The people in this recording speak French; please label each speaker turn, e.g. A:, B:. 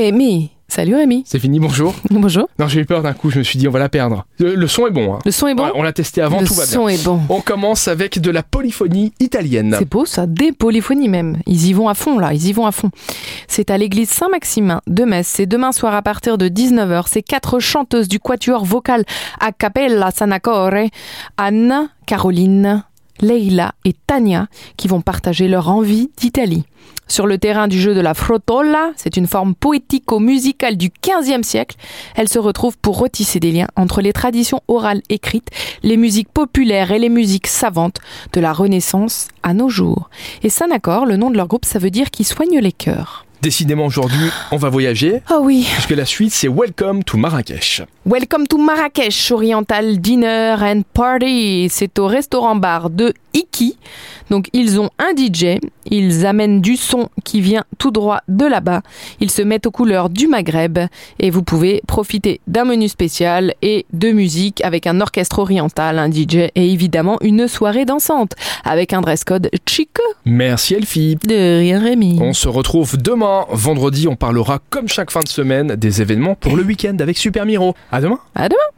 A: Rémi. Salut Rémi.
B: C'est fini, bonjour.
A: Bonjour.
B: Non, j'ai eu peur d'un coup, je me suis dit on va la perdre. Le, le son est bon. hein.
A: Le son est bon
B: Ouais, on l'a testé avant,
A: Le
B: tout va bien.
A: son est bon.
B: On commence avec de la polyphonie italienne.
A: C'est beau ça, des polyphonies même. Ils y vont à fond là, ils y vont à fond. C'est à l'église Saint-Maximin de Metz. C'est demain soir à partir de 19h. C'est quatre chanteuses du quatuor vocal a cappella Sanacore, Anne, Caroline, Leila et Tania, qui vont partager leur envie d'Italie. Sur le terrain du jeu de la frottola, c'est une forme poético-musicale du XVe siècle, elles se retrouvent pour retisser des liens entre les traditions orales écrites, les musiques populaires et les musiques savantes de la Renaissance à nos jours. Et Sanacor, le nom de leur groupe, ça veut dire qui soigne les cœurs.
B: Décidément, aujourd'hui, on va voyager,
A: Ah oui,
B: puisque la suite, c'est Welcome to Marrakech.
A: welcome to Marrakech, Oriental Dinner and Party. C'est au restaurant-bar de Iki. Donc ils ont un DJ, ils amènent du son qui vient tout droit de là-bas. Ils se mettent aux couleurs du Maghreb et vous pouvez profiter d'un menu spécial et de musique avec un orchestre oriental, un DJ et évidemment une soirée dansante avec un dress code chic
B: Merci Elfie.
A: de rien Rémi.
B: On se retrouve demain, vendredi, on parlera comme chaque fin de semaine des événements pour le week-end avec Super Miro. À demain.
A: À demain.